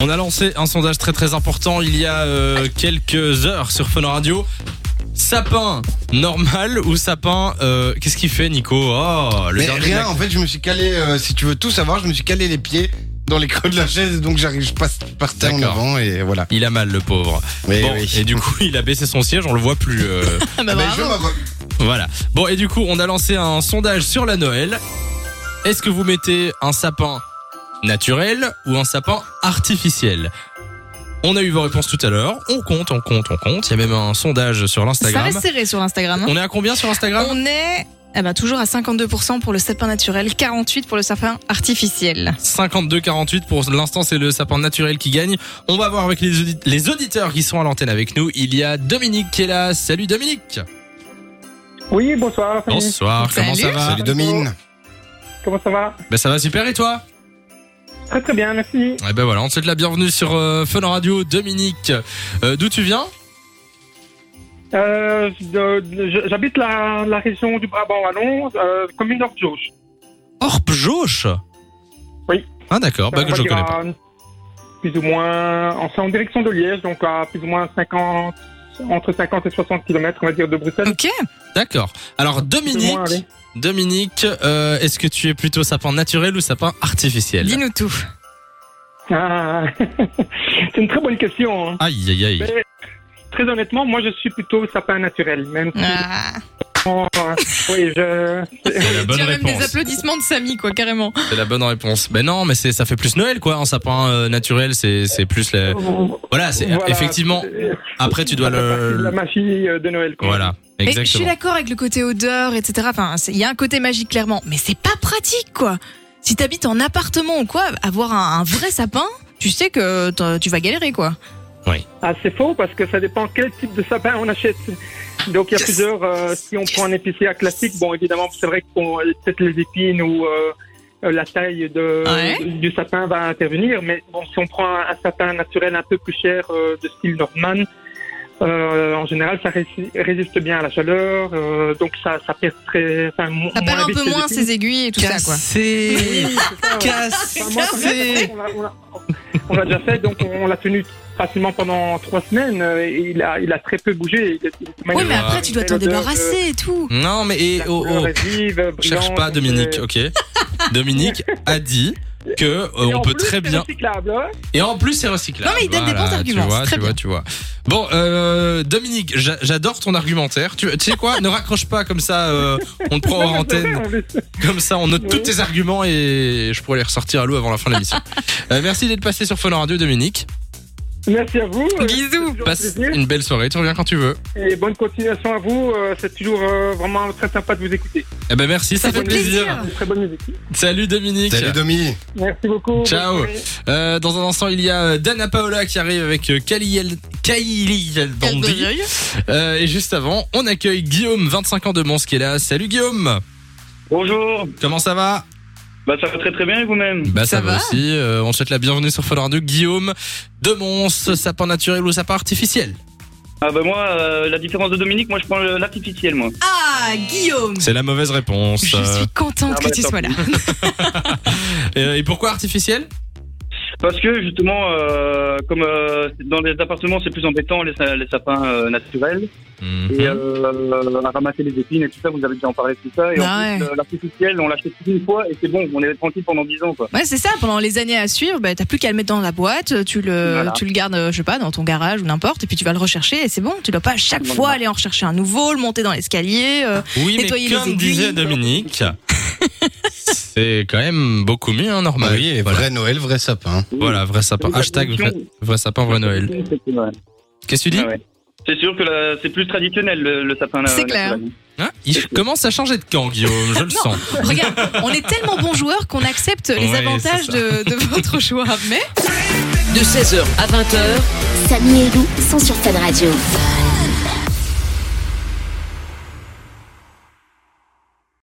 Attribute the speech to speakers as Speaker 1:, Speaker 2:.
Speaker 1: On a lancé un sondage très très important il y a euh, quelques heures sur Fun Radio. Sapin normal ou sapin euh, qu'est-ce qu'il fait Nico Oh le
Speaker 2: Mais
Speaker 1: dernier
Speaker 2: rien,
Speaker 1: de la-
Speaker 2: en fait, je me suis calé, euh, si tu veux tout savoir, je me suis calé les pieds dans les creux de la chaise, donc j'arrive, je passe par terre en
Speaker 1: D'accord.
Speaker 2: avant et voilà.
Speaker 1: Il a mal le pauvre.
Speaker 2: Mais
Speaker 1: bon,
Speaker 2: oui.
Speaker 1: Et du coup il a baissé son siège, on le voit plus. euh,
Speaker 3: Ah bah
Speaker 2: Ah ben,
Speaker 3: bravo.
Speaker 2: je me re-
Speaker 1: voilà. Bon et du coup on a lancé un sondage sur la Noël. Est-ce que vous mettez un sapin naturel ou un sapin artificiel On a eu vos réponses tout à l'heure. On compte, on compte, on compte. Il y a même un sondage sur
Speaker 3: Ça
Speaker 1: l'Instagram.
Speaker 3: reste serré sur Instagram. hein.
Speaker 1: On est à combien sur Instagram
Speaker 3: On est ah bah, toujours à 52% pour le sapin naturel, 48% pour le sapin artificiel.
Speaker 1: 52-48 pour l'instant c'est le sapin naturel qui gagne. On va voir avec les, audit- les auditeurs qui sont à l'antenne avec nous. Il y a Dominique qui est là. Salut Dominique.
Speaker 4: Oui, bonsoir. salut.
Speaker 1: Bonsoir. Comment ça
Speaker 3: Salut.
Speaker 1: va
Speaker 2: Salut Domine.
Speaker 4: Comment ça va
Speaker 1: Ben ça va super et toi
Speaker 4: Très très bien, merci.
Speaker 1: Eh ben voilà, on te souhaite la bienvenue sur euh, Fun Radio. Dominique, Euh, d'où tu viens
Speaker 4: Euh, de- de- je- J'habite la, la région du Brabant wallon, euh, commune d'Orgeauche.
Speaker 1: Orpjauche.
Speaker 4: Oui.
Speaker 1: Ah d'accord. Bah que je connais pas.
Speaker 4: Euh, Plus ou moins, en, c'est en direction de Liège, donc à plus ou moins 50, entre 50 et 60 km, on va dire, de Bruxelles.
Speaker 3: Ok.
Speaker 1: D'accord. Alors
Speaker 4: Plus ou moins,
Speaker 1: Dominique,
Speaker 4: allez.
Speaker 1: Dominique, euh, est-ce que tu es plutôt sapin naturel ou sapin artificiel
Speaker 3: Dis-nous tout.
Speaker 4: Ah, c'est une très bonne question. hein.
Speaker 1: Aïe aïe aïe.
Speaker 4: Très honnêtement, moi je suis plutôt sapin naturel, même si.
Speaker 3: Ah.
Speaker 4: euh, oui, je.
Speaker 1: C'est la bonne
Speaker 3: Tu as même des
Speaker 1: réponse.
Speaker 3: applaudissements de Samy, quoi, carrément.
Speaker 1: C'est la bonne réponse. Ben non, mais c'est ça fait plus Noël quoi. Un sapin euh, naturel, c'est c'est plus la... voilà. C'est
Speaker 4: Voilà,
Speaker 1: effectivement.
Speaker 4: c'est-
Speaker 1: Après, tu dois
Speaker 4: ça fait partie de La
Speaker 1: le
Speaker 4: magie euh, de Noël. quoi.
Speaker 1: voilà.
Speaker 3: Mais je suis
Speaker 1: Exactement.
Speaker 3: d'accord avec le côté odeur, etc. Enfin, c'est- il y a un côté magique, clairement. Mais c'est pas pratique, quoi. Si t'habites en appartement ou quoi, avoir un, un vrai sapin, tu sais que t'en- tu vas galérer, quoi.
Speaker 4: Ah, c'est faux parce que ça dépend quel type de sapin on achète. Donc il y a plusieurs. euh, si on prend un épicier classique, bon évidemment c'est vrai qu'on euh, peut-être les épines ou euh, euh, la taille de,
Speaker 3: Ouais.
Speaker 4: du sapin va intervenir. Mais bon, si on prend un, un sapin naturel un peu plus cher euh, de style Norman, euh, en général ça rési- résiste bien à la chaleur, euh, donc ça ça perd très. Enfin, mo-
Speaker 3: Ça perd
Speaker 4: moins
Speaker 3: un
Speaker 4: vite
Speaker 3: peu
Speaker 4: ses
Speaker 3: moins
Speaker 4: épines.
Speaker 3: ses aiguilles et tout ça, quoi.
Speaker 1: Cassé.
Speaker 4: Enfin, Bah, moi, par exemple, on l'a- on l'a- On l'a déjà fait, donc on l'a tenu facilement pendant trois semaines. euh, Et il a, il a très peu bougé.
Speaker 3: Oui, mais
Speaker 1: Voilà.
Speaker 3: après, tu dois t'en
Speaker 4: euh,
Speaker 3: débarrasser et tout.
Speaker 1: Non mais et oh oh. Cherche
Speaker 4: euh,
Speaker 1: pas Dominique, ok. Dominique a dit que euh, on peut très bien.
Speaker 4: hein.
Speaker 1: Et en plus, c'est recyclable.
Speaker 3: Non, mais il donne des bons arguments,
Speaker 1: Tu vois,
Speaker 3: c'est très
Speaker 1: tu vois,
Speaker 3: bien.
Speaker 1: tu vois. Bon, euh, Dominique, j'a- j'adore ton argumentaire. Tu, tu sais quoi Ne raccroche pas comme ça. euh, on te prend hors antenne. Comme ça, on note
Speaker 4: Oui.
Speaker 1: tous tes arguments et je pourrais les ressortir à l'eau avant la fin de l'émission. Euh, merci d'être passé sur Fun Radio, Dominique.
Speaker 4: Merci à vous. euh,
Speaker 3: Bisous.
Speaker 4: c'est toujours un
Speaker 1: Passe
Speaker 4: plaisir,
Speaker 1: une belle soirée. Tu reviens quand tu veux.
Speaker 4: Et bonne continuation à vous. euh, C'est toujours euh, vraiment très sympa de vous écouter.
Speaker 1: Eh ben merci, ça, fait
Speaker 4: fait
Speaker 1: plaisir.
Speaker 3: plaisir.
Speaker 4: Très bonne musique.
Speaker 1: Salut Dominique.
Speaker 2: Salut Domi.
Speaker 4: Merci beaucoup.
Speaker 1: Ciao.
Speaker 4: bonne journée.
Speaker 1: Euh, dans un instant, il y a euh, Dana Paola qui arrive avec euh, Kaliel- Kaili El Bandi. Euh, et juste avant, on accueille Guillaume, 25 ans de Mons, qui est là. Salut Guillaume.
Speaker 5: Bonjour,
Speaker 1: Comment ça va
Speaker 5: bah, ça va très très bien et vous-même
Speaker 1: Bah ça,
Speaker 3: Ça
Speaker 1: va,
Speaker 3: va
Speaker 1: aussi. Euh, on te souhaite la bienvenue sur Fun Radio. Guillaume de Mons, sapin naturel ou sapin artificiel
Speaker 5: Ah bah moi, euh, la différence de Dominique, moi je prends le- l'artificiel moi.
Speaker 3: Ah, Guillaume
Speaker 1: C'est la mauvaise réponse.
Speaker 3: Je
Speaker 1: Euh,
Speaker 3: suis contente
Speaker 5: Ah
Speaker 3: que
Speaker 5: bah,
Speaker 3: tu
Speaker 5: tant
Speaker 3: sois là.
Speaker 1: euh, et pourquoi artificiel
Speaker 5: Parce que justement, euh, comme euh, dans les appartements c'est plus embêtant les, sa- les sapins euh, naturels,
Speaker 2: Mhm.
Speaker 1: Mhm.
Speaker 5: et euh, à ramasser les épines et tout ça, vous avez déjà en parlé de tout ça, et
Speaker 3: Ah
Speaker 5: en plus
Speaker 3: ouais.
Speaker 5: euh, l'artificiel on l'achète une fois et c'est bon, on est tranquille pendant 10 ans quoi.
Speaker 3: Ouais, c'est ça. Pendant les années à suivre, bah, t'as plus qu'à le mettre dans la boîte, tu le,
Speaker 5: Voilà.
Speaker 3: tu le gardes, euh, je sais pas, dans ton garage ou n'importe, et puis tu vas le rechercher et c'est bon. Tu dois pas à chaque
Speaker 5: Voilà.
Speaker 3: fois aller en rechercher un nouveau, le monter dans l'escalier. euh.
Speaker 1: Oui, mais
Speaker 3: Nettoyer les
Speaker 1: comme
Speaker 3: aiguilles.
Speaker 1: disait Dominique, c'est quand même beaucoup mieux, hein, normal.
Speaker 2: oui,
Speaker 1: voilà.
Speaker 2: vrai Noël, vrai sapin.
Speaker 1: Voilà, vrai sapin. Hashtag vrai, vrai sapin, vrai Noël.
Speaker 5: C'est vrai.
Speaker 1: Qu'est-ce que tu dis
Speaker 5: Ah ouais. C'est sûr que la- c'est plus traditionnel le, le sapin
Speaker 3: C'est
Speaker 5: euh,
Speaker 3: clair.
Speaker 5: naturel.
Speaker 1: Hein Il commence à changer de camp, Guillaume, je le
Speaker 3: Non.
Speaker 1: sens.
Speaker 3: Regarde, on est tellement bons joueurs qu'on accepte les
Speaker 1: Ouais,
Speaker 3: avantages
Speaker 1: c'est
Speaker 3: de, de votre choix. Mais
Speaker 6: De 16h à 20h,
Speaker 7: Samy et Lou sont sur Fan Radio.